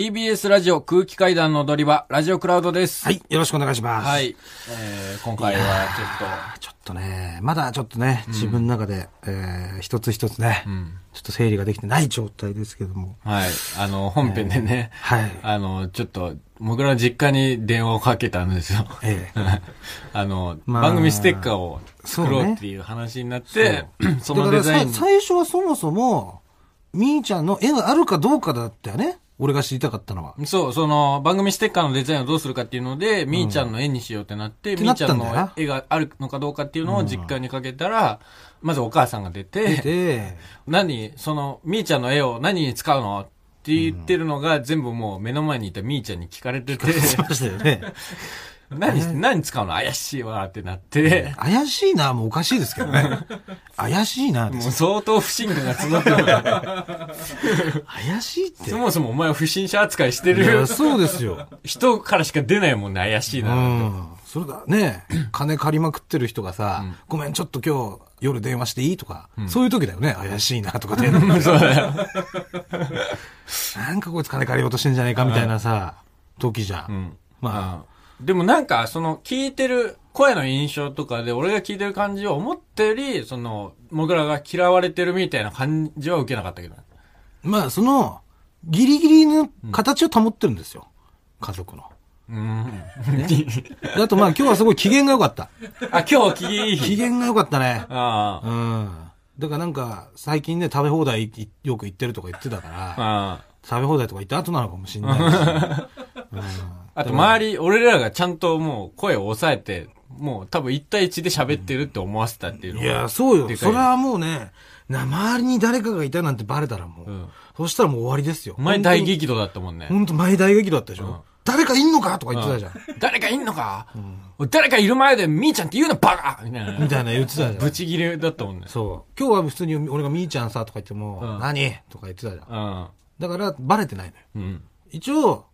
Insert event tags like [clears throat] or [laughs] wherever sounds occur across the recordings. TBS ラジオ空気階段の踊り場、ラジオクラウドです。。はいい、よろしくお願いします。は。い。えー、今回はちょっちょっとね、まだちょっとね、自分の中で、えー一つ一つね、ちょっと整理ができてない状態ですけども。と、はい。あの、本編でね、はいあの、ちょっと、僕らの実家に電話をかけたんですよ。 [laughs] えあの、まあ番組ステッカーを作そうろうねっていう話になって、 [clears throat] そだのかデらザイさンに。最初はそもそも、みーちゃんの絵があるかどうかだったよね。俺が知りたかったのは。そう、その、番組ステッカーのデザインをどうするかっていうので、みーちゃんの絵にしようってなって、てみなーっちゃたんんだよなの絵があるのかどうかっていうのを実家にかけたら、まずお母さんが出て、で、何、その、みーちゃんの絵を何に使うのって言ってるのが、全部もう目の前にいたみーちゃんに聞かれてて、しましたよね。何して、何使うの怪しいわってなって、怪しいな、もうおかしいですけどね。怪しいな、もう相当不信感が募ってるから、怪しいって。そもそもお前は不審者扱いしていやるそうですよ。人からしか出ないもんね、怪しいうななんて。ん。それだ、ね、金借りまくってる人がさ、ごめん、ちょっと今日夜電話していいとか、そういう時だよね。怪しいなとか電話。そうだよ。なんかこいつ金借りようとしてんじゃねえかみたいなさ、時じゃん。んまあ、でもなんか、その、聞いてる声の印象とかで、俺が聞いてる感じは思ったより、その、僕らが嫌われてるみたいな感じは受けなかったけどね。まあ、その、ギリギリの形を保ってるんですよ。家族の。 [laughs] うん。であとまあ今日はすごい機嫌が良かった。あ、今日聞い [laughs] 機嫌が良かったね。あうあ。ん。だからなんか、最近ね、食べ放題いよく行ってるとか言ってたから、あ食べ放題とか行った後なのかもしれないし。あ。あと周り、俺らがちゃんともう声を抑えて、もう多分一対一で喋ってるって思わせたっていううのんがいや、そうよ。でかいそれはもうね、な、周りに誰かがいたなんてバレたらもう、うんそしたらもう終わりですよ。お前大激怒だったもんね。本当前大劇だったでしょ、うん誰かいんのかとか言ってたじゃん。誰かいんのか、誰かいる前でみーちゃんって言うなバカみたいみな。たいな言ってたじゃブん。チギレだったもんね。そう。今日は普通に俺がみーちゃんさとか言っても、うん何とか言ってたじゃん。うん。だからバレてないのよ。うん。一応、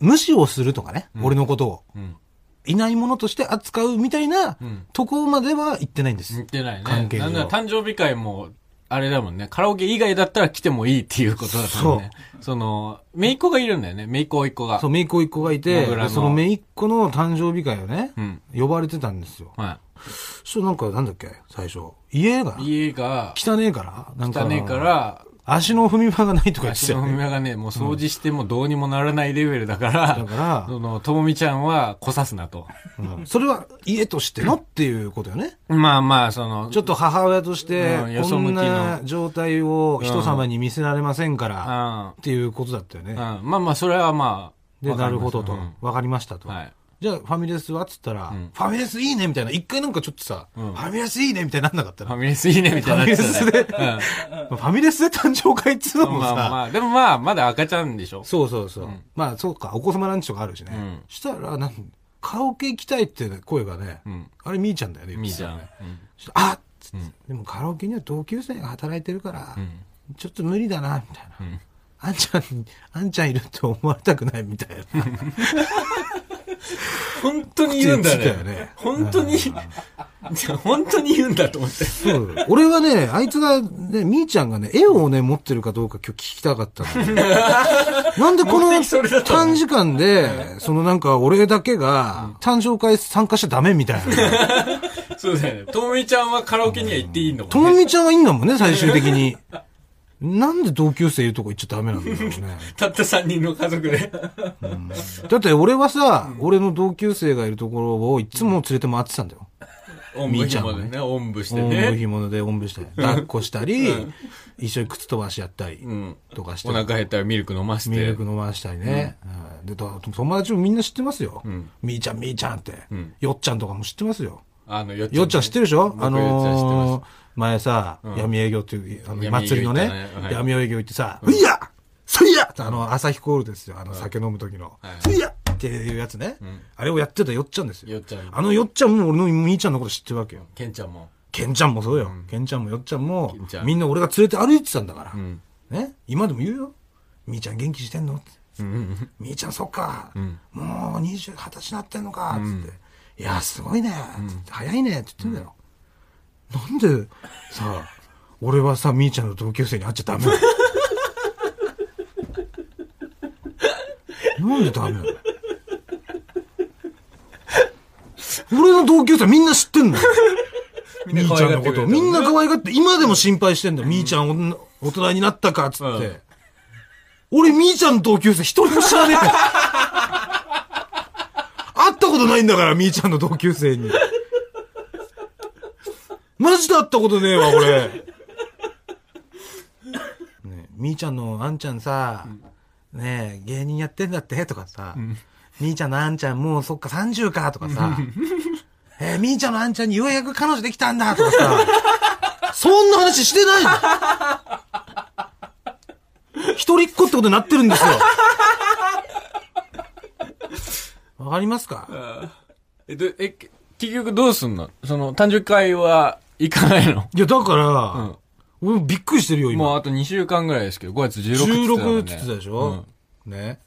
無視をするとかね、俺のことを。うん。いないものとして扱うみたいな、んとこまでは言ってないんです。似てないね。関係上なんなら誕生日会も、あれだもんね。カラオケ以外だったら来てもいいっていうことだったもんね。その、めいっ子がいるんだよね。めいっ子おいっ子が。そう、姪っ子一個がいて、僕らのでその姪っ子の誕生日会をね、うん呼ばれてたんですよ。はそしたらなんか、なんだっけ、最初。家がい。家が汚ねえからなんか汚ねえか、ら、足の踏み場がないとか言って私たよのねみがね、もう掃除してもどうにもならないレベルだから、だからその、ともみちゃんは来さすなと。うんそれは家としてのっていうことよね。 [laughs] まあまあ、その、ちょっと母親としてうん、よそこ向きんのな状態を人様に見せられませんかうら、ん、っていうことだったよね。うん。まあまあ、それはまあ、で、わかなりるますほどうとん。わかりましたと。はい。じゃあ、ファミレスはっつったら、んファミレスいいねみたいな。一回なんかちょっとさ、うんファミレスいいねみたいになんなかったファら。ミレスいいね、みフたいァなミやレつだスね。で、ファミレスで誕生会っつうのうん。もまあさ、まあ、でもまあ、まだ赤ちゃんでしょそうそうそう。まあ、そうか、お子様ランチとかあるしね。うんしたら、なんカラオケ行きたいって声がね、んあれみーちゃんだよね、みーちゃん言ってたのねそしたらあっつって、でもカラオケには同級生が働いてるから、ちょっと無理だな、みたいな。あんちゃん、あんちゃんいるって思われたくないみた [laughs] いな。本当に言うんだ口についね。たよね本当に、じゃあ本当に言うんだと思って。そう俺はね、あいつが、ね、みーちゃんがね、絵をね、持ってるかどうか今日聞きたかったのよ [laughs] なんでこ目の的それだったの短時間で、そのなんか俺だけが、誕生会参加しちゃダメみたいな。そうだよね。ともみちゃんはカラオケには行っていいのとかもね。みちゃんがいいんだもんね、最終的に。なんで同級生いるとこ行っちゃダメなんだろうね。たった3人の家族で。だって俺はさ、俺の同級生がいるところをいつも連れて回ってたんだよ。おんぶみーちゃん紐もねでね、おんぶしておんぶね。ひものでおんぶしたり、抱っこしたり、一緒に靴飛ばしやったりんとかして、お腹減ったらミルク飲ませミてル。ク飲ましたりね。うんで、と友達もみんな知ってますよ。みーちゃん、みーちゃんって。よっちゃんとかも知ってますよ。あの、よっよっちゃん知ってるでしょ僕あよっちゃん知ってますのー、前さ、闇営業っていう、あの、闇営業祭りのね行ったねは、い闇営業行ってさ、ういやそいやってあの、朝日コールですよ。あの、酒飲む時のはい。ういやっていうやつね。あれをやってたよっちゃんですよ。よっちゃんあのよっちゃんも俺のみーちゃんのこと知ってるわけよ。ケンちゃんも。ケンちゃんもそうよ。ケンちゃんもよっちゃんもケンちゃ、んみんな俺が連れて歩いてたんだかんら。ね今でも言うよ。みーちゃん元気してんのって。みーちゃんそっか。もう二十、二十歳になってんのか。つって。いや、すごいね。つって早いね。って言ってんだよ。なんで、さ、俺は [laughs] さ、みーちゃんの同級生に会っちゃダメなのなんでダメなの俺の同級生みんな知ってんのよ。 [laughs] みーちゃんのこと。みんな可愛がって、今でも心配してんだよ。みーちゃん女大人になったか、つっうんて。俺、みーちゃんの同級生一人も知らねえから。会ったことないんだから、みーちゃんの同級生に。マジで会ったことねえわ、俺。ねえみーちゃんのあんちゃんさ、ねえ、芸人やってんだって、とかさ、みーちゃんのあんちゃんもうそっか30か、とかさ、えーみーちゃんのあんちゃんにようやく彼女できたんだ、とかさ、そんな話してないの一人っ子ってことになってるんですよ。わかりますかえっと、え、け結局どうすんのその、誕生日会は行かないのいや、だから、俺もびっくりしてるよ、今。もうあと2週間ぐらいですけど、5月16日、 16って言ってたでしょ、ね。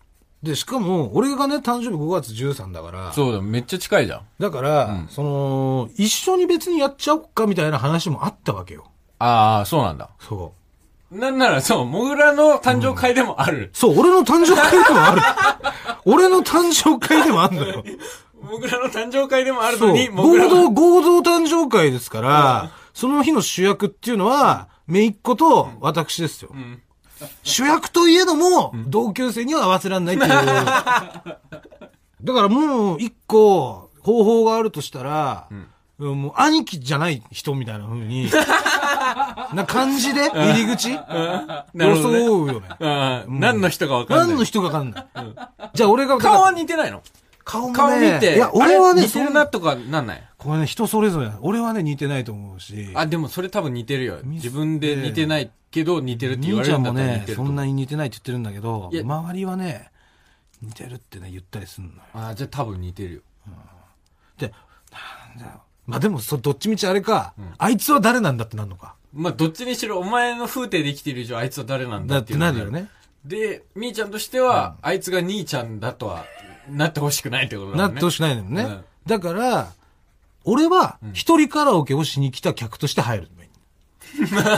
で、しかも、俺がね、誕生日5月13だから、そうだ、めっちゃ近いじゃん。だから、その、一緒に別にやっちゃおっかみたいな話もあったわけよ。ああ、そうなんだ。そなんなら、そう、モグラの誕生会でもあるう。。そう、俺の誕生会でも [laughs] ある。俺の誕生会でもあるんだよ。モグラの誕生会でもあるそのうに、、モグラ合は同、合同誕生会ですから、その日の主役っていうのは、姪っ子と私ですよ。主役といえども、同級生には合わせらんな [laughs] いっていう。だからもう、一個、方法があるとしたら、うんもう兄貴じゃない人みたいな風 [laughs] に、な感じで入り口なるほどね装うよね。ああ、何の人かわかん何なのい。人かわかんない。じゃあ俺が、顔は似てないの顔もね顔見て。いや、俺はあれね、似てるそんなとかなんないこれね、人それぞれなの俺はね、似てないと思うし。あ、でもそれ多分似てるよ。ミス自分で似てないけど似てるって言わ兄れちゃるんんだもったら似ねて、るとそ思んう。なに似てないって言ってるんだけど、いや周りはね、似てるってね、言ったりすんのよ。ああ、じゃあ多分似てるよ。で、なんだよ。まあでも、そ、どっちみちあれか、あいつは誰なんだってなるのか。まあ、どっちにしろお前の風景で生きてる以上あいつは誰なんだだっってていうなのるになよる。ね。で、みーちゃんとしては、あいつが兄ちゃんだとは、なってほしくないってことだなもっんね。てほしくないのもね。うんだから、俺は、一人カラオケをしに来た客として入るのよ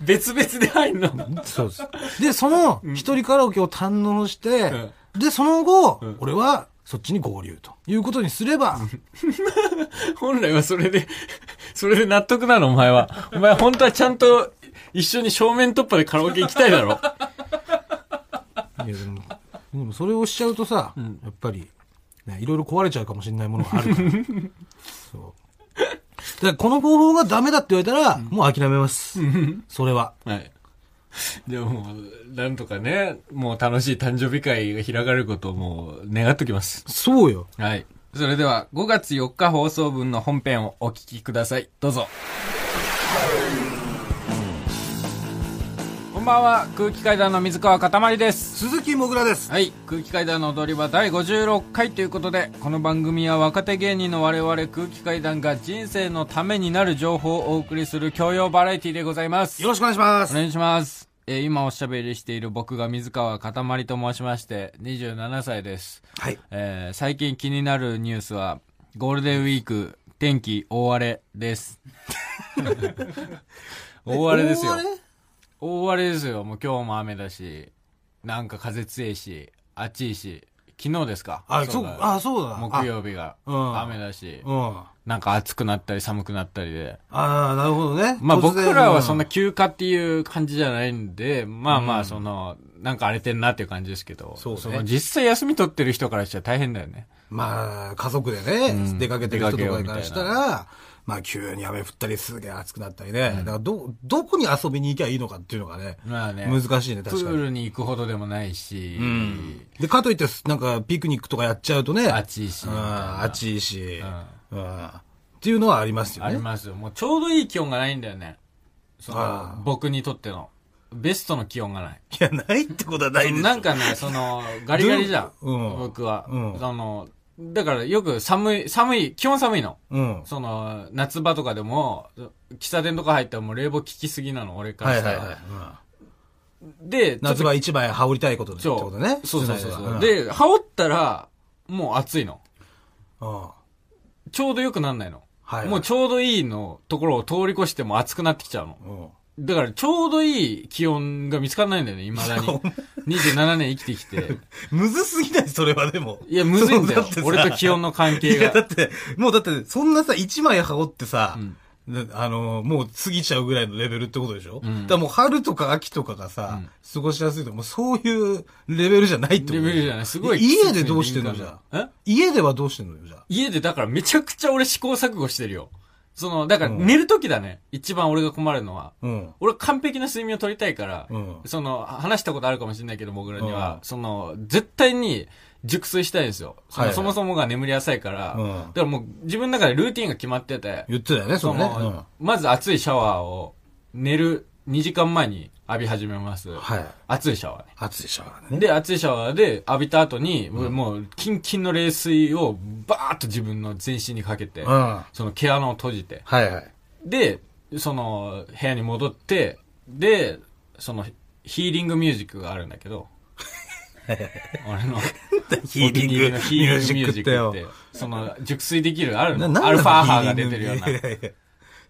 別々で入んの。そうです。で、その、一人カラオケを堪能して、で、その後、俺は、そっちに合流ということにすれば、本来はそれで、 [laughs] それで納得なの、お前は。お前本当はちゃんと、一緒に正面突破でカラオケ行きたいだろ。いやでも、でもそれをしちゃうとさ、やっぱり、ね、いろいろ壊れちゃうかもしれないものがある [laughs] から。そう。だからこの方法がダメだって言われたら、もう諦めます。それは。はい。じゃあもう、なんとかね、もう楽しい誕生日会が開かれることをもう願っときます。そうよ。はい。それでは、5月4日放送分の本編をお聞きください。どうぞ。こんばんは、空気階段の水川かたまりです。鈴木もぐらです。はい空気階段の踊り場第56回ということでこの番組は若手芸人の我々空気階段が人生のためになる情報をお送りする教養バラエティでございますよろしくお願いしまおす。願いします、えー今おしゃべりしている僕が水川かたまりと申しまして27歳です、はい。えー最近気になるニュースはゴールデンウィーク天気大荒れです大荒れですよ大荒れ大荒れですよ。もう今日も雨だし、なんか風強いし、暑いし、昨日ですかあ、そう、だあ、そうだ。木曜日がうん雨だしあ。、うん。なんか暑くなったり寒くなったりで。ああ、なるほどね。まあ突僕然らはそんなう休暇っていう感じじゃないんで、まあまあその、なんか荒れてんなっていう感じですけど、そうねの実際休み取ってる人からしたら大変だよね。まあ、家族でね、ん出かけてる人とかからした出かけようみら、まあ、急に雨降ったり、すげえ暑くなったりね。だから、ど、どこに遊びに行きゃいいのかっていうのがね、まあね。難しいね、プ確かーに。ルに行くほどでもないし、で、かといって、なんか、ピクニックとかやっちゃうとね、暑いしみたいなあ暑いし、うんっていうのはありますよありね。ますよ。もうちょうどいい気温がないんだよね。そあのあ、僕にとっての。ベストの気温がない。いや、ないってことはないですよなんかね、その、ガリガリじゃん。どういううん僕は、うんその、だからよく寒い、寒い、基本寒いの。うん。その、夏場とかでも、喫茶店とか入ったらもう冷房効きすぎなの、俺からはしいたはいら。はい。うんで、夏ちょっ場一枚羽織りたいことでってとことね。そうそうそうそう。室内は、で、羽織ったら、もう暑いの。うんうんちょうどよくなんないの。はいはいもうちょうどいいのところを通り越しても暑くなってきちゃうの。うんだからちょうどいい気温が見つからないんだよね、未だに。27年生きてき [laughs] て。むずすぎないそれはでも。いや、むずいんだよそのって。さ俺と気温の関係いや、が。だって、もうだって、そんなさ、一枚羽織ってさ、なあの、もう過ぎちゃうぐらいのレベルってことでしょ、だからもう春とか秋とかがさ、過ごしやすいとか、もうそういうレベルじゃないってことレでしょベルじゃない。すごい。家でどうしてんのじゃあ。え家ではどうしてんのよ、じゃあ。家でだからめちゃくちゃ俺試行錯誤してるよ。その、だから寝るときだね。一番俺が困るのは。うん。俺は完璧な睡眠を取りたいから、うんその、話したことあるかもしれないけど、僕らには、うんその、絶対に熟睡したいんですよ。その,、はいはいそもそもが眠り浅いから、うんだからもう自分の中でルーティンが決まってて、言ってたよね、そそのね。の、まず熱いシャワーを寝る2時間前に浴び始めます。うん。はい。熱いシャワーね。暑いシャワーね。で、熱いシャワーで浴びた後に、もうもう、キンキンの冷水をバーッと自分の全身にかけて、うん。はその毛穴を閉じて、いはい。で、その、部屋に戻って、で、その、ヒーリングミュージックがあるんだけ [laughs] ど、俺の、ヒおーリング気に入りのヒーリングミュージッミュークジックっってて、その、熟睡できる、あるなの、アルファ波が出てるような、いやい今やいや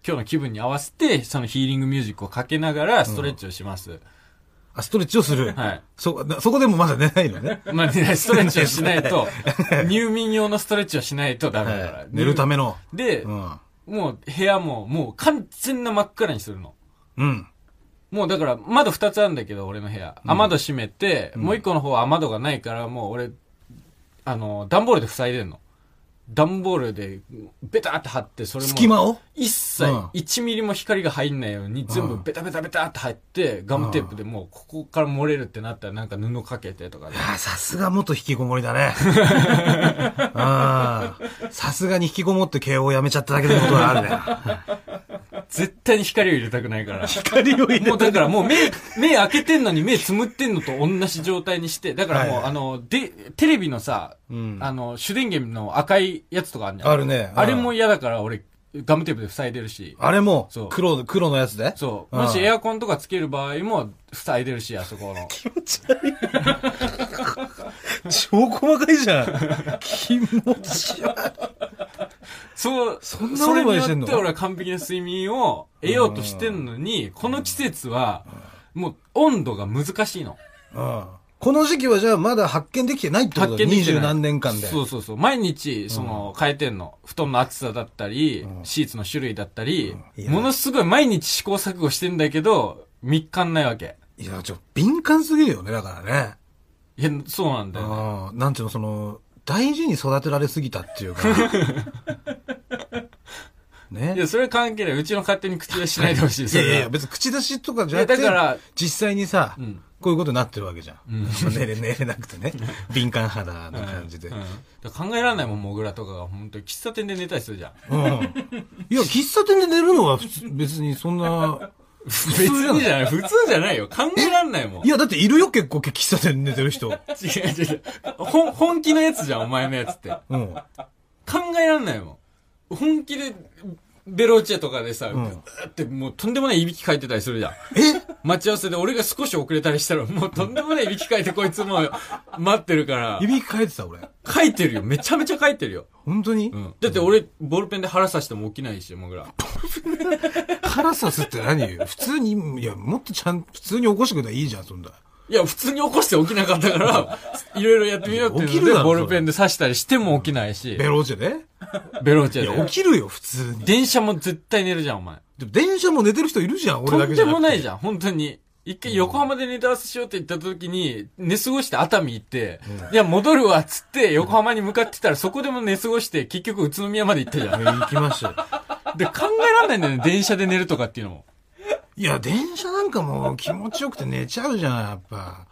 日の気分に合わせて、そのヒーリングミュージックをかけながら、ストレッチをします。あ、ストレッチをする。はい。そ、そこでもまだ寝ないのね。まあ、ねストレッチをしない [laughs] と、入眠用のストレッチをしないとダメ [laughs] だから。はい寝るための。でう、ん。もう部屋も、もう完全な真っ暗にするの。うん。もうだから、窓二つあるんだけど、俺の部屋。雨戸閉めて、もう一個の方は雨戸がないから、もう俺、あの、段ボールで塞いでんの。段ボールで、ベターって貼って、それも。隙間を一切、うん1ミリも光が入んないように、全部ベタベタベタって貼って、ガムテープでもう、ここから漏れるってなったら、なんか布かけてとか [laughs] ねい。やあさすが元引きこもりだ [laughs] ね。ああさすがに引きこもって慶応をやめちゃっただけのことはあるね。絶対に光を入れたくないから。光を入 [laughs] もうだからもう目、目開けてんのに目つむってんのと同じ状態にして、だからもう、はいあの、で、テレビのさ、うんあの、主電源の赤いやつとかあるじゃん。あるねあれも嫌だから俺、ガムテープで塞いでるし。あれもそう、黒の、黒のやつでそう。うんもしエアコンとかつける場合も、塞いでるし、あそ [laughs] この。気持ち悪い。 [laughs] 超細かいじゃん。気持ち悪い。そう、そんなお祝いしてんのそれによって俺は完璧な睡眠を得ようとしてんのに、この季節は、もう温度が難しいの。うんこの時期はじゃあまだ発見できてないってこ発とだ見で二きて十ない何年間で。そうそうそう毎日その、変えてんの布団の厚さだったり、シーツの種類だったり、うんいやものすごい毎日試行錯誤してんだけど3日んないわけいや、ちょ、敏感すぎるよね、だからね。いやそうなんだよ、ね、うんなんていうの、その、大事に育てられすぎたっ [laughs] ていうか。ねい。やそれは関係ないうちの勝手に口出ししないでほしいいそやれはいや、別に口出しとかじゃなくて、いやだから実際にさ、んこういうことになってるわけじゃん。寝れ、寝れなくて [laughs] ね。敏感肌な感じで。うんだから考えられないもんモグラとかが本当に喫茶店で寝たりするじゃんうん。いや、喫茶店で寝るのは普通別にそんな、普通じゃないじゃない普通じゃないよ考えられないもんいや、だっているよ、結構喫茶店で寝てる人。違う違う違うほん本気のやつじゃんお前のやつってうん。考えらんないもん。本気で、ベロチェとかでさ、んグーってもうとんでもないいびきかいてたりするじゃん。え待ち合わせで俺が少し遅れたりしたら、もうとんでもないいびきかいてこいつもう待ってるからい、びきかえてた、俺。かいてるよ。めちゃめちゃかいてるよ。本当にだって俺、ボールペンで腹刺しても起きないし、もぐら。腹刺すって何普通に、いや、もっとちゃん、普通に起こしてくれたらいいじゃん、そんな。いや、普通に起こして起きなかったから、いろいろやってみようって起いきうるので、だろボールペンで刺したりしても起きないしベ、ロチェでベロチいェや、で。起きるよ、普通に。電車も絶対寝るじゃん、お前。でも電車も寝てる人いるじゃん、俺とだんけじでゃなくもて。ないじゃん、本当に。一回横浜でネタ合わせしようって言った時に、寝過ごして熱海行って、いや、戻るわっつって、横浜に向かってたら、そこでも寝過ごして、結局宇都宮まで行ったじゃん。行きましたよ。で、考えられないんだよね、電車で寝るとかっていうのも。いや、電車なんかもう気持ちよくて寝ちゃうじゃん、やっぱ。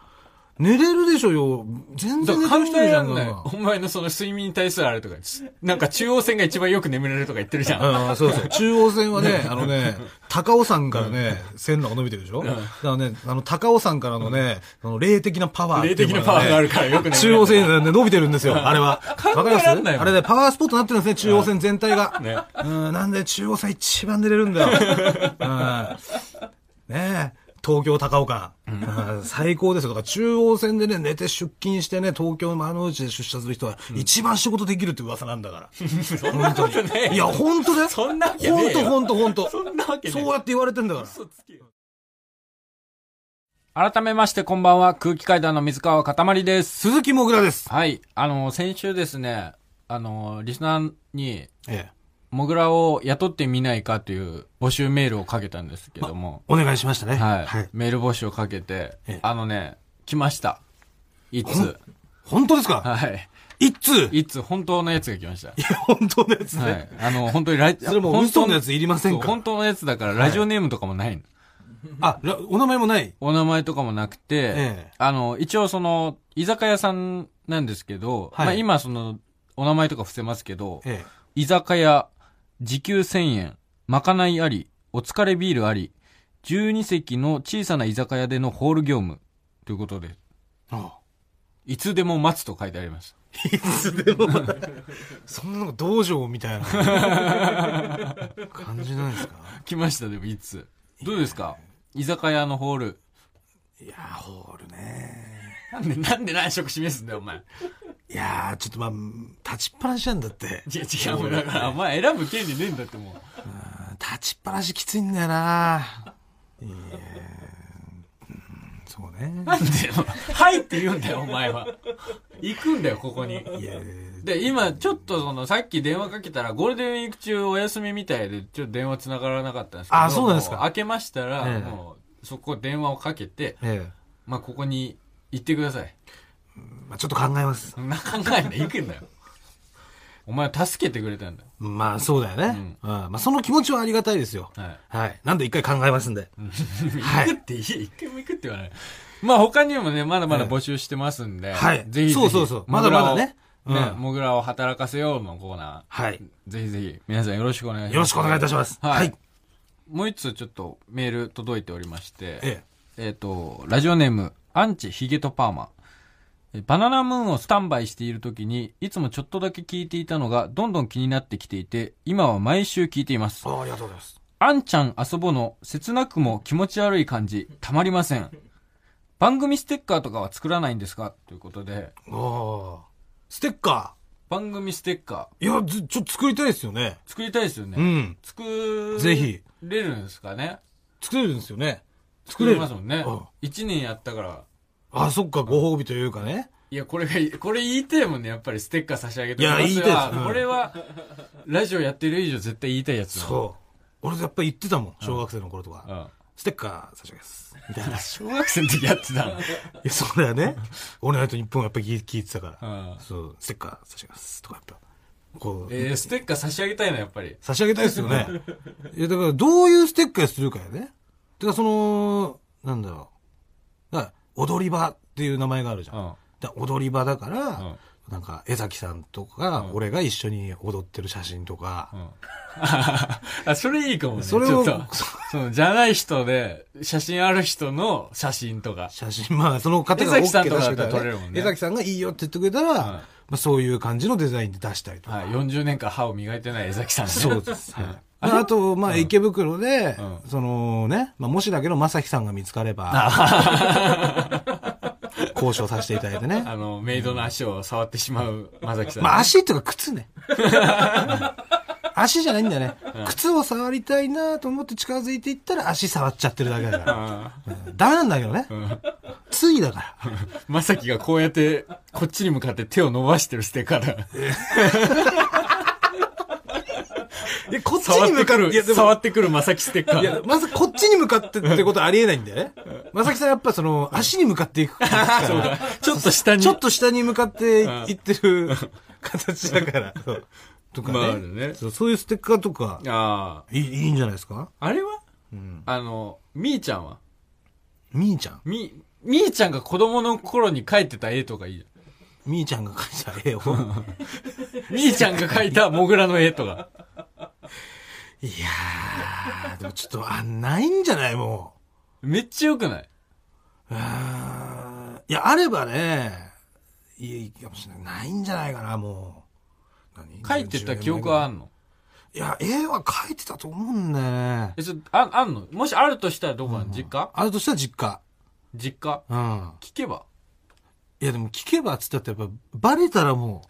寝れるでしょよ。全だ然か寝ら考てる人いるえじらゃれん。ないなん。かお前のその睡眠に対するあれとか、なんか中央線が一番よく眠れるとか言ってるじゃん。うん、そうそう。中央線はね、あのね、高尾山からね、線路が伸びてるでしょだからね、あの、高尾山からのね、その霊的なパワーっ霊ていう的なのねパワーがあるからよく眠れる。中央線でね伸びてるんですよ、あれは。考えわかりますらんないもんあれね、パワースポットになってるんですね、中央線全体が。ねうん、なんで中央線一番寝れるんだよ。うん。ねえ。東京高岡、うん最高ですよ。だから中央線でね、寝て出勤してね、東京丸の内で出社する人は一番仕事できるって噂なんだから。 [laughs] そんなこと [laughs] ねえよいや、本当だよ。そんなわけねえ本よ当本当本当。そんなわけねえそうやって言われてんだから。嘘つけよ改めましてこんばんは、空気階段の水川かたまりです。鈴木もぐらです。はい、あの、先週ですね、あの、リスナーに、ええ。モグラを雇ってみないかという募集メールをかけたんですけども、お願いしましたね。はい、メール募集をかけてええ、あのね、来ました。一通。本当ですかはい。一通一通、本当のやつが来ました。いや、本当のやつはね。い。あの、本当にラジ、それもう本当嘘のやついりませんかそう本当のやつだから、ラジオネームとかもないの。あ、らお名前もない。お名前とかもなくて、ええあの、一応その、居酒屋さんなんですけど、はいまあ今その、お名前とか伏せますけど、え居酒屋、時給1000円、まかないあり、お疲れビールあり、12席の小さな居酒屋でのホール業務、ということで、え。あいつでも待つと書いてありました。いつでも。そんなの道場みたいな感じなんですか来ました、でもいつ。どうですか居酒屋のホール。いや、ホールね。なんで、なんで内職示すんだよ、お前。いやー、ちょっとまあ、立ちっぱなしなんだって。違う、違う、もうだから、お前選ぶ権利ねえんだってもう。立ちっぱなしきついんだよな。いやーうんそうね。なんでよ、はいって言うんだよ、お前は。行くんだよ、ここに。いやーで、今、ちょっとその、さっき電話かけたら、ゴールデンウィーク中お休みみたいで、ちょっと電話繋がらなかったんですけど。あそうなんですかも開けましたら、ええもう、そこ電話をかけて、ええ。まあ、ここに行ってください。まあ、ちょっと考えます。そんな考えない、行くんだよ。 [laughs] お前は助けてくれたんだよ。まあ、そうだよね。うん。まあ、その気持ちはありがたいですよ。はい。はい。なんで一回考えますんで。は行くっい。て、いや、一回も行くって言わない。まあ、他にもね、まだまだ募集してますんで。はいぜひぜひ。そうそうそうまだまだねモグラをね、うんモグラを働かせようのコーナはい。ー。ぜひぜひ、皆さんよろしくお願いします。よろしくお願いいたします。はいはい。もう一つちょっとメール届いておりまして。ええっ、と、ラジオネーム、アンチヒゲとパーマ。えバナナムーンをスタンバイしているときに、いつもちょっとだけ聞いていたのが、どんどん気になってきていて、今は毎週聞いていますえ。。あありがとうございます。あんちゃん遊ぼの、切なくも気持ち悪い感じ、たまりません。番組ステッカーとかは作らないんですかということで、おーステッカ番組ステッカー。いや、ずちょっと作りたいですよね。ー、作りたいですよね。うん。作ぜひれるんですかね作れるんですよね。作れますもんねうん。一年やったから。あ、そっか、ご褒美というかね。いや、これが、これ言いたいもんね、やっぱりステッカー差し上げていまやずは言いたいですうんこれは、ラジオやってる以上絶対言いたいやつだそう。俺やっぱ言ってたもん、小学生の頃とか。ん。ステッカー差し上げます。みたいな。い小学生の時やってたの。や、そうだよね。俺のやつ日本やっぱり聞いてたから。うんそう、ステッカー差し上げます。とかやっぱ。こう、えー、ステッカー差し上げたいな、やっぱり。差し上げたいですよね。いや、だからどういうステッカーするかやね。てか、その、なんだろう。だから踊り場っていう名前があるじゃん。うんだから踊り場だから、ん [laughs] なんか、江崎さんとか、俺が一緒に踊ってる写真とか、うん。あ、それいいかもね。それちょをっと、その、じゃない人で、写真ある人の写真とか。写真、まあ、その方が江 OK 崎出さしんとかてくれだったたらら、撮れるもんね江崎さんがいいよって言ってくれたら、まあ、そういう感じのデザインで出したりとか。はい、40年間歯を磨いてない江崎さん。そうです。はいまあ、あと、まあ、池袋で、うそのね、まあ、もしだけど、正樹さんが見つかれば、交渉させていただいてね。あの、メイドの足を触ってしまう、まさきさん。まあ、足とか靴ね。うん足じゃないんだよね。靴を触りたいなと思って近づいていったら足触っちゃってるだけだから。うんダメなんだけどね。ついだから。まさきがこうやって、こっちに向かって手を伸ばしてるステッカ [laughs] ーだ。いや、こっち触っにて向かくって、いや、る、で触も、ってくるまさきステッカいやー。、まずこっちに向かってってことはありえないんだよね。まさきさんやっぱその、足に向かっていくから。そう [laughs] か。ちょっと下に。ちょっと下に向かってい行ってる形だから。そうとかね,、まああるねそう。そういうステッカーとか、あいいいいんじゃないですかあ。あれはあの、みーちゃんはみーちゃん。み、みーちゃんが子供の頃に描いてた絵とかいいじみーちゃんが描いた絵を。ゃん。みーちゃんが描いたモグラの絵とか。いやー、でもちょっと、あ、ないんじゃないも。めっちゃ良くないうあーいや、あればね、いいいいかもしれない。ないんじゃないかな、もう。何描いてた記憶はあんんのいや、絵は描いてたと思うんだよね。え、ちょ、あ、あんのもしあるとしたらどこなの実家あるとしたら実家。実家うん。聞けばいやでも聞けばっつったってやっぱバレたらもう、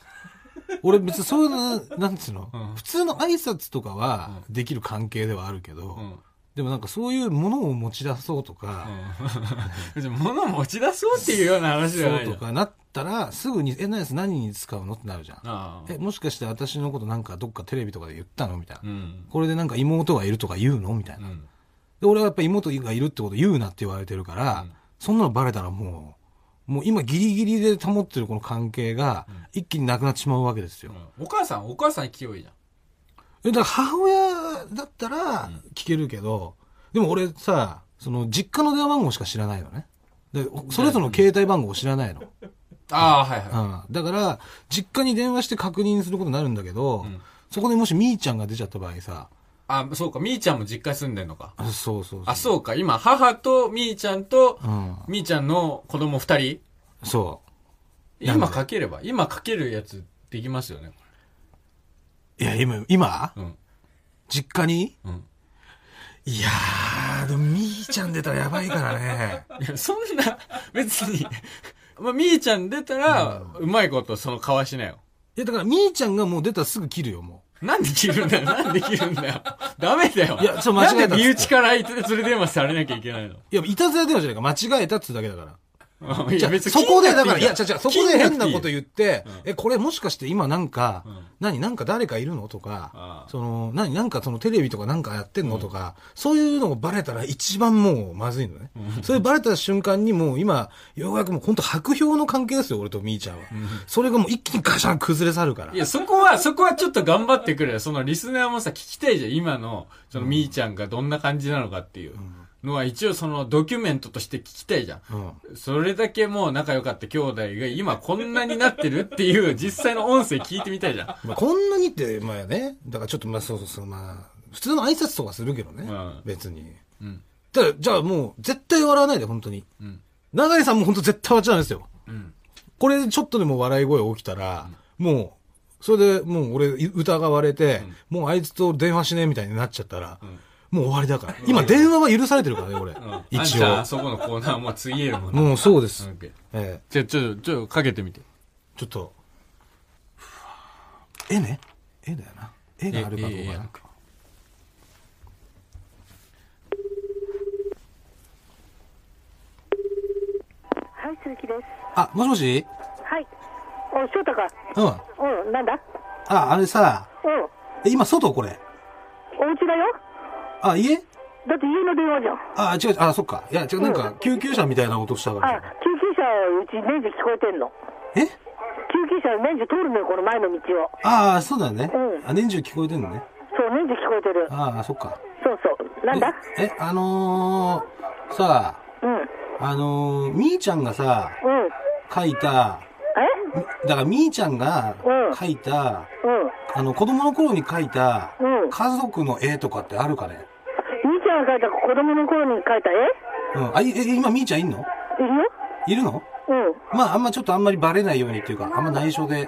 俺別にそういうの、なんつうの、うん普通の挨拶とかはできる関係ではあるけど、うん。 [laughs] でもなんかそういうものを持ち出そうとか、別に物を持ち出そうっていうような話じゃそなういじゃとんかなったら、すぐに、え、何です何に使うのってなるじゃん。ああえ、もしかして私のことなんかどっかテレビとかで言ったのみたいな。うんこれでなんか妹がいるとか言うのみたいうな。んで、俺はやっぱ妹がいるってこと言うなって言われてるから、うんそんなのバレたらもう、もう今ギリギリで保ってるこの関係が、一気になくなってしまうわけですよ。うんお母さんお母さん聞けばいいじゃんえだから母親だったら聞けるけど、でも俺さ、その実家の電話番号しか知らないのね。で、それぞれの携帯番号を知らないの。ああはいはうん、だから、実家に電話して確認することになるんだけど、んそこでもしみーちゃんが出ちゃった場合さ、いあそうかみーちゃんも実家住んでんのかあそうそうそう。あそうか今母とみーちゃんとうん。みーちゃんの子供二人そなんで今かければ今かけるやつできますよねう。いや、今、今うん実家にうんいやー、でもみーちゃん出たらやばいからね。いやそんな別にまあみーちゃん出たらうまいことそのかわしなよ [laughs] いや、だからみーちゃんがもう出たらすぐ切るよ、もなんで切るんだよなんで切るんだよダメだよいやちょっと間違えたなんで身内から相手で連れ電話されなきゃいけないのう。いや、いたずら電話じゃないか、間違えたってだけだから。うんいじやゃあ別にそこで、だから、いや、違う違う、そこで変なことう。言って、え、これもしかして今なんかん、何、なんか誰かいるのとかあ、あその、何、なんかそのテレビとかなんかやってんのとか、そういうのをバレたら一番もうまずいのね。それバレた瞬間にもう今、ようやくもう本当白氷の関係ですよ、俺とみーちゃんは。それがもう一気にガシャン崩れ去るからい。や、そこは、そこはちょっと頑張ってくれよ。そのリスナーもさ、聞きたいじゃん。今の、そのみーちゃんがどんな感じなのかっていうのは、一応そのドキュメントとして聞きたいじゃん。うん。それだけもう仲良かった兄弟が今こんなになってるっていう実際の音声聞いてみたいじゃん。まあ、こんなにって、まあね、だからちょっとまあそうそうそう、まあ、普通の挨拶とかするけどね、うん別に。うん。ただ、じゃあもう、絶対笑わないで、本当に。うん。長井さんも本当絶対笑っちゃうんですよ。うん。これでちょっとでも笑い声起きたら、もう、それでもう俺疑われて、もうあいつと電話しねえみたいになっちゃったら、もう終わりだから。今電話は許されてるからね、俺。あん一ちゃん、応あ。そこのコーナーもうついえるもんな。もうそうです。オッケーええじゃあ、ちょっと、ちょっとかけてみて。ちょっと。絵ね絵だよな。絵があるかどうええええかやなる。かはい、鈴木です。あ、もしもしはい。お、翔太か。うん。うん、なんだあ、あれさ、うん。え今外これ。お家だよあ、家だって家の電話じゃん。あ、違う、あ、そっか。いや、違う、なんか救急車みたいな音したかあら。、救急車をうち年中聞こえてんの。え救急車年中通るのよ、この前の道を。ああ、そうだねう。んあ、年中聞こえてんのね。そう、年中聞こえてる。ああ、そっか。そうそう。なんだえ、えあのー、さうん。うん。あ、あのー、みーちゃんがさ、え書いた、みだからみーちゃんがうん書いた、うん。あの、子供の頃に書いたうん、家族の絵とかってあるかね兄ちゃんが描いた子供の頃に描いた絵うん。あ、いえ、今みーちゃんいんのいるよいるのうん。まあ、あんまちょっとあんまりバレないようにっていうか、あんま内緒で。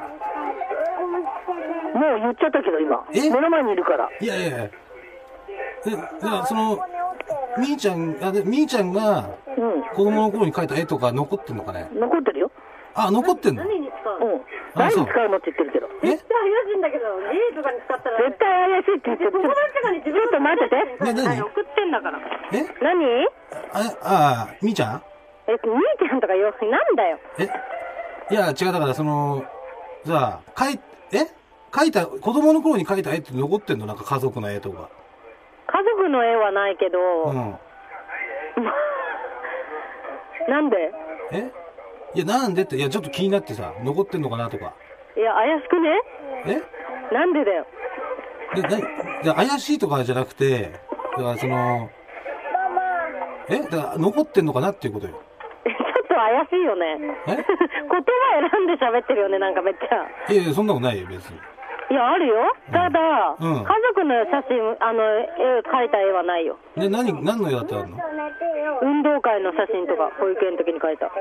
もう言っちゃったけど、今。え目の前にいるから。いやいやいや。え、じゃあその、みーちゃん、あ、で、みーちゃんがう子供の頃に描いた絵とか残ってんのかねん。残ってるよ。あ、残ってんの何に使ううのん。あ何そうに使うのって言ってるけど。え絶対怪しいんだけど、家とかに使ったら。絶対怪しいって言ってる。ちょ友達とかに自分っと待ってて。でね何送ってんだから。え何あ、あ、みーちゃんえ、兄ちゃんとか言わなんだよ。えいや、違う、だから、その、じゃあ、書い、え書いた、子供の頃に書いた絵って残ってんのなんか家族の絵とか。家族の絵はないけど、うん。なんでえいや、なんでって、いや、ちょっと気になってさ、残ってんのかなとか。いや、怪しくねえなんでだよ。で、なに、じゃあ怪しいとかじゃなくて、だから、その、えだから、残ってんのかなっていうことよ。ちょっと怪しいよね。え言葉選んで喋ってるよね、なんかめっちゃ。いやいや、そんなことないよ、別に。いや、あるよ。ただ、うん家族の写真、あの、絵、描いた絵はないよ。で、何、何の絵だってあるの運動会の写真とか、保育園の時に描いた。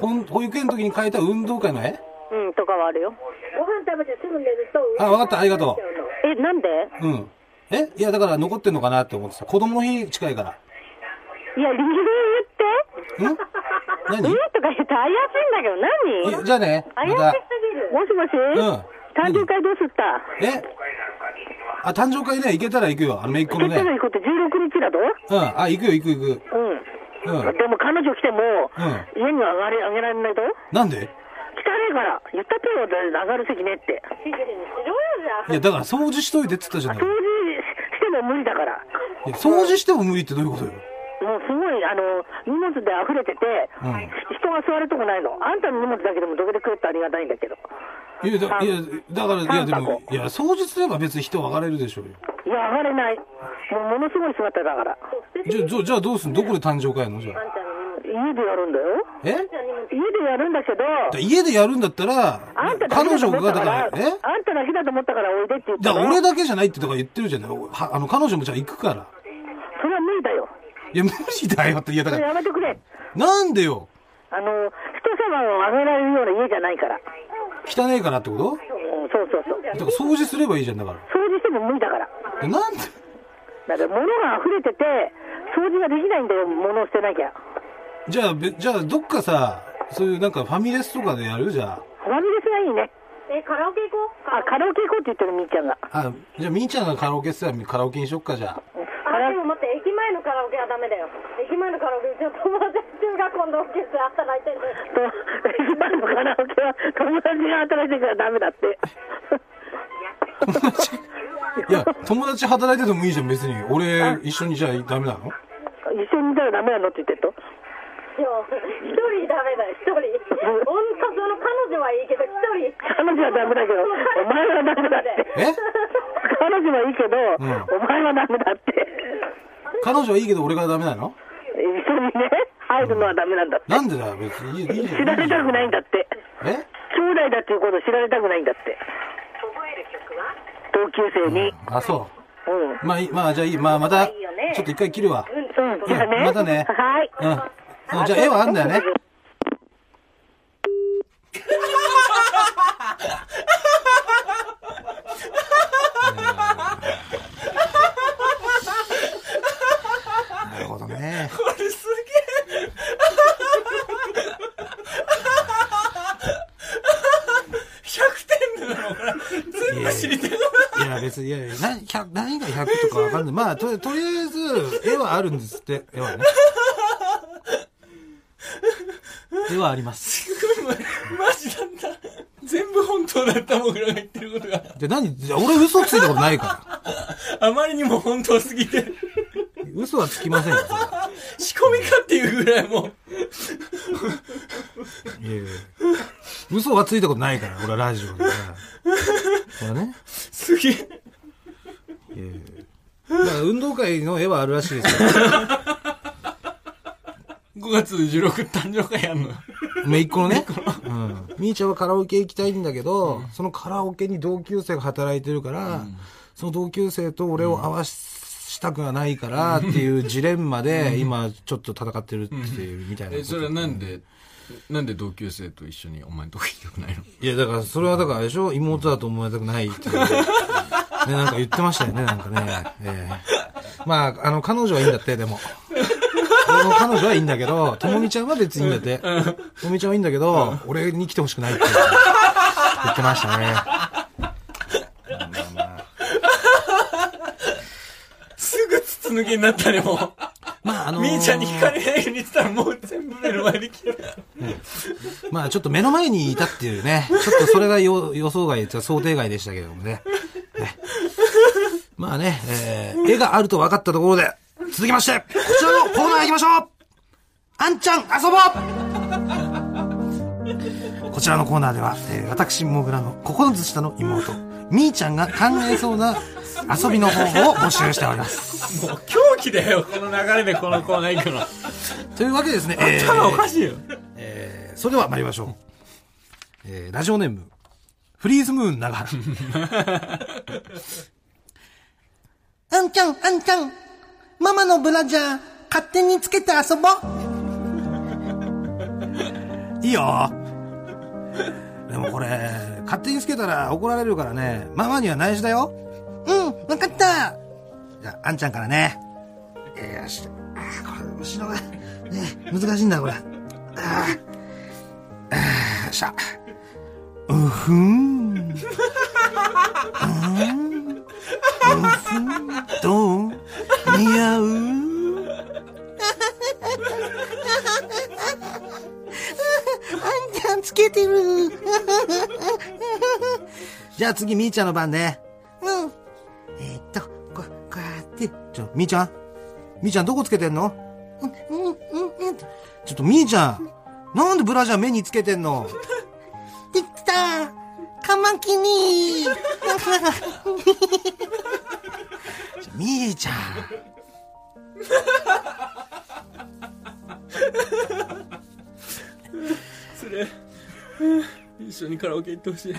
ほん保育園の時に描いた運動会の絵うん、とかはあるよ。ご飯食べてすぐ寝ると。あ、わかった、ありがとえ、なんでう。うん。えいや、だから残ってんのかなって思ってさ、子供の日近いから。いや、理由言って。ん [laughs] 何えとか言って怪しいんだけど、いや何じゃあね、ま怪しすた。ぎる。もしもしうん誕生会どうすったえあ、誕生会ね、行けたら行くよ。あの、めいっ子の結局ね。行くって16日だとうん。あ、行くよ、行く行く。うん。うん。でも彼女来ても、う家には上がれ、上げられないとなんで汚いから。言ったってよ、上がる席ねって。しろよじゃあいや、だから掃除しといてって言ったじゃない掃除しても無理だから。いや掃除しても無理ってどういうことよ。もうすごい、あの、荷物で溢れてて、うん人が座るとこないの。あんたの荷物だけでもどこで食えってありがたいんだけど。いや、だいやだから、いや、で三も箱、いや、掃除すれば別に人は上がれるでしょうよ。いや、上がれない。もうものすごい姿だから。じゃあ、じゃあじゃあどうすんのどこで誕生会やんのじゃあ。家でやるんだよ。え家でやるんだけど、だ家でやるんだったらあんた、だけ彼だと女思っが、ただか、からら、えあんただけだと思ったからおいでって言っただからの俺だけじゃないってとか言ってるじゃない。はあの、彼女もじゃあ行くから。それは無理だよ。いや、無理だよって。いや、だそかれら、やめてくれ。なんでよ。あの、人様をあげられるような家じゃないから。汚いからってことうんそうそうそう。だから掃除すればいいじゃんだか掃除しても無理だから。ら。なんでだから物が溢れてて、掃除ができないんだよ、物を捨てなきゃ。じゃあ、べじゃあ、どっかさ、そういうなんかファミレスとかでやるじゃファミレスがいいね。え、カラオケ行こう。あ、カラオケ行こうって言ってるみーちゃんが。あ。あ、じゃあ、みーちゃんがカラオケしたらカラオケにしよっか、じゃあ。 [laughs] カあ、ラでも待って、駅前のカラオケはダメだよ。駅前のカラオケ、うちの友達中学校の同級生働いてるんだよ。と、 [laughs] 今のカラオケは友達が働いてるからダメだって。いや、友達働いててもいいじゃん、別に。俺、一緒にじゃあダメなの一緒にいたらダメなのって言ってると。いや一人ダメだよ、一 [laughs] 人。ほんと、その彼女はいいけど、一人。彼女はダメだけど、お前はダメだって。え彼女はいいけど、んお前はダメだって。彼女はいいけど俺がダメなの一緒にね、入るのはダメなんだって。なんでだよ、別に。いいいいじゃん知られたくないんだって。え兄弟だっていうことを知られたくないんだって。同級生に。あ、そうん。う。まあ、いいまあ、じゃあいい。まあ、また、ちょっと一回切るわ。うん、じゃあね。うんまたねはい。うん。うんじゃあ、絵はあんだよね。なるほどね。これすげえ。100点だろ、これ。全部知りていや、別に、いやいや、な100何が100とかわかんない。まあ、と、とりあえず、絵はあるんですって、絵 [laughs] はね。絵はあります。マジだった。全部本当だった、僕らが言ってることが。で、何じゃあ俺嘘ついたことないかあまりにも本当すぎて。 [laughs] ら。嘘はつきませんよ。それは仕込みかっていうぐらいもう。いやいや嘘はついたことないから、俺はラジオで。これね。すげえ。いやいやだから運動会の絵はあるらしいですよ。 5月16誕生会やんの。 [laughs] めいっ子のね。うん。みーちゃんはカラオケ行きたいんだけど、そのカラオケに同級生が働いてるから、その同級生と俺を合わしたくはないからっていうジレンマで、今ちょっと戦ってるっていうみたいなえ、こと。それはなんで、なんで同級生と一緒にお前んとこ行きたくないのいや、だから、それはだからあれでしょ妹だと思われたくないっていう。ね、なんか言ってましたよね、なんかね。ええまあ、あの、彼女はいいんだって、でも。俺の彼女はいいんだけど、ともみちゃんは別にいいんだって。ともみちゃんはいいんだけど、俺に来てほしくないって言ってましたね。すぐ筒抜けになったね、もう。まあ、あのみーちゃんに聞かれないようにって言ったらもう全部目の前で聞いた。まあ、ちょっと目の前にいたっていうね。ちょっとそれがよ予想外、想定外でしたけれどもね。ねまあね、えー、絵があると分かったところで、続きまして、こちらのコーナー行きましょうあんちゃん遊ぼうこちらのコーナーでは、えー私、もぐらの9つ下の妹、みーちゃんが考えそうな遊びの方法を募集しております。もう狂気だよ、この流れでこのコーナー行く [laughs] の。というわけでですね、えー頭おかしいよ。えーそれでは参りましょう。えーラジオネーム、フリーズムーン長原。あんちゃん、あんちゃん。ママのブラジャー、勝手につけて遊ぼう。いいよ。でもこれ、勝手につけたら怒られるからね、ママには内緒だよ。うん、わかった。じゃあ、あんちゃんからね。えー、よし。あーこれ、後ろが、ね、難しいんだ、これ。あーあー、よっしゃ。うふん。うーん。うじゃあ次、みーちゃんの番ね。うん。えーっと、こ、こうやって。ちょ、みーちゃんみーちゃんどこつけてんのうん、うん、うん。でちょっとみーちゃん、なんでブラジャー目につけてんのきたカマキリ [laughs] みーちゃん。それ一緒にカラオケ行ってほしい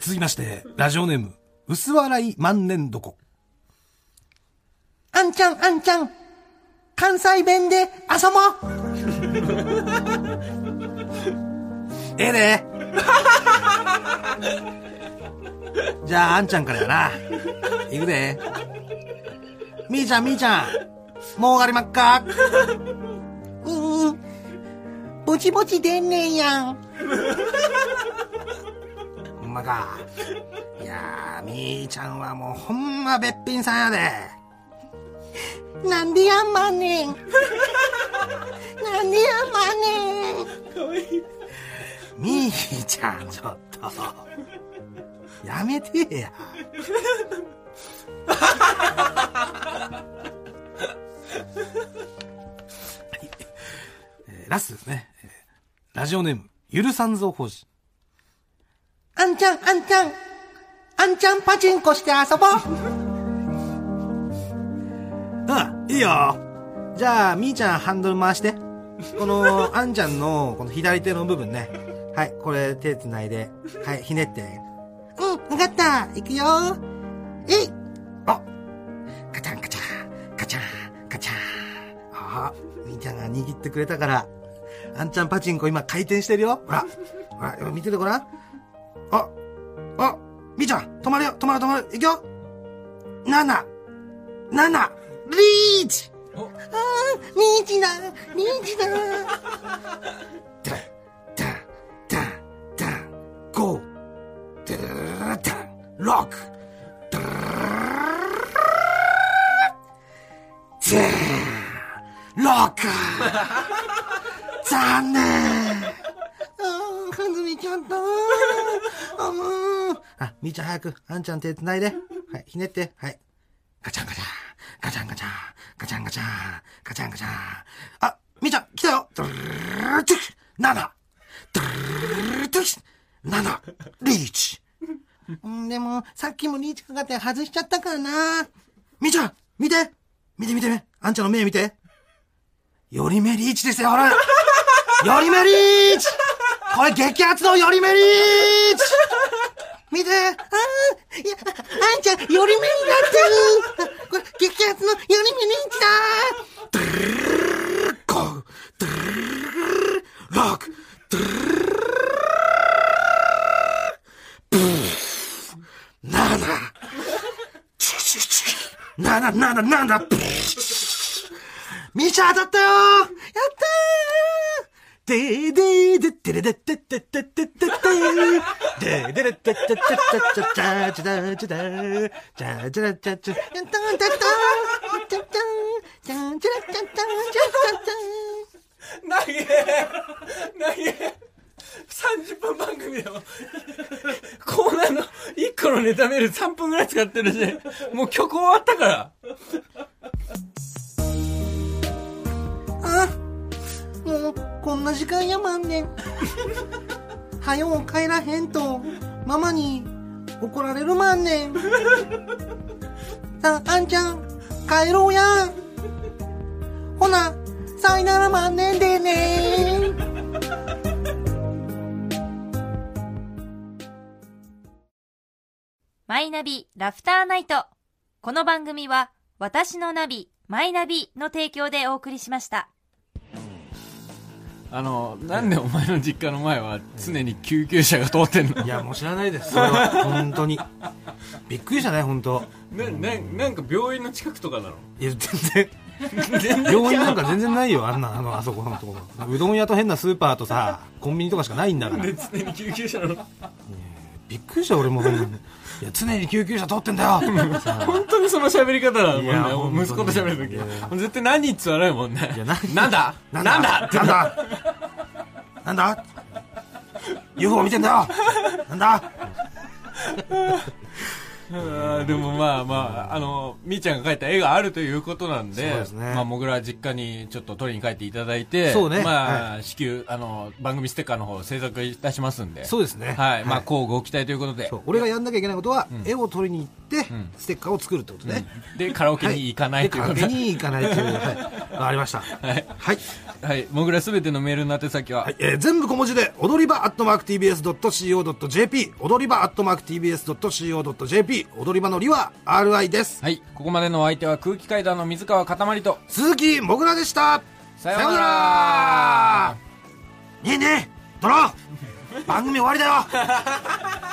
続きまして、ラジオネーム、薄笑い万年どこ。あんちゃん、あんちゃん。関西弁で遊ぼう。 [laughs] ええね [laughs] じゃあ、あんちゃんからやな。いくで。みーちゃん、みーちゃん。もう終わりまっかうんうん。ぼちぼちでんねんやん。ほんまか。いやー、みーちゃんはもうほんまべっぴんさんやで。なんでやんまんねん。なんでやんまんねん。みーちゃん、ちょっと。やめてや。えーラストですね。えーラジオネーム、ゆるさんぞ法師。あんちゃん、あんちゃん。あんちゃんパチンコして遊 [laughs] ぼう。うん、いいよ。じゃあ、みーちゃんハンドル回して。[laughs] この、あんちゃんの、この左手の部分ね。はい、これ手繋いで。はい、ひねって。うん、わかった。いくよ。えい。あカチャンカチャン、カチャン、カチャン。ああ、みーちゃんが握ってくれたから。あんちゃんパチンコ今回転してるよ。ほら。ほら、見ててごらん。あ、あ、みーちゃん、止まるよ、止まる止まる。いくよ。7、7、リーチみーちだ、みーちだ。ダン、ダン、ダン、ダン、ゴー、ダーダン、ロック、ダーダン、ロック残念あー、はずみちゃんと。あもうあ、みーちゃん早く、あんちゃん手繋いで。はい、ひねって、はい。ガチャンガチャン、ガチャンガチャン、ガチャンガチャン、ガチャンガチャン。あ、みーちゃん、来たよドゥルルルトゥキ七ドゥルルルトゥキ七リーチうん、でも、さっきもリーチかかって外しちゃったからな。みーちゃん、見て見て見て見てあんちゃんの目見てより目リーチですよ、ほらより目リーチこれ激アツのより目リーチ見てあーいや、あんちゃん、より目になってる。あこれ、激アツのより目リーチだ。ゴードゥルルルロックドゥルルルブーナナチチチナナナナナナブーみーちゃん当たったよやったーででででれでででででででででれででででじゃじゃじゃじゃじゃじゃじゃじゃやったー、やったー。やったー。じゃんじゃらじゃんじゃんじゃんじ投げ投げ30分番組だよコーナーの1個のネタメール3分ぐらい使ってるしもう曲終わったからゃんじゃん。もう、こんな時間やまんねん。 [laughs] はよう帰らへんと、ママに怒られるまんねん。さあ、あんちゃん、帰ろうや。ほな、さいならまんねんでねマイナビラフターナイト。この番組は、私のナビ、マイナビの提供でお送りしました。あの、なんでお前の実家の前は常に救急車が通ってんのいやもう知らないですそれは本当にびっくりじゃない本当な、な、なんか病院の近くとかだろいや全然病院なんか全然ないよあんなあのあそこのところうどん屋と変なスーパーとさコンビニとかしかないんだから常に救急車なのびっくりした俺もほんまに [laughs] いや常に救急車通ってんだ [laughs] よさあ本当にその喋り方だもんいねやもう息子と本当に喋るいやとき絶対何っつわないもんねいやななんだなんだってなんだなんだ UFO 見てんだよなんだあーでもまあまあ、あの、みーちゃんが描いた絵があるということなんで、そうですねまあ、もぐらは実家にちょっと取りに帰っていただいて、そうねまあ、至急、あの、番組ステッカーの方制作いたしますんで、そうですねはい、まはあ、い交互期待ということでそ、う俺がやんなきゃいけないことは、絵を取りに行って、ステッカーを作るってことね、で、カラオケに行かないということでで、賭けに行かないというはいわかりましたはい、はい、もぐらすべてのメールの宛先は、はいえー全部小文字で踊り場アットマーク TBS.CO.JP 踊り場アットマーク TBS.CO.JP 踊り場のりは RI です、はい、ここまでのお相手は空気階段の水川かたまりと、鈴木もぐらでしたさようならねえねえドロー番組終わりだよ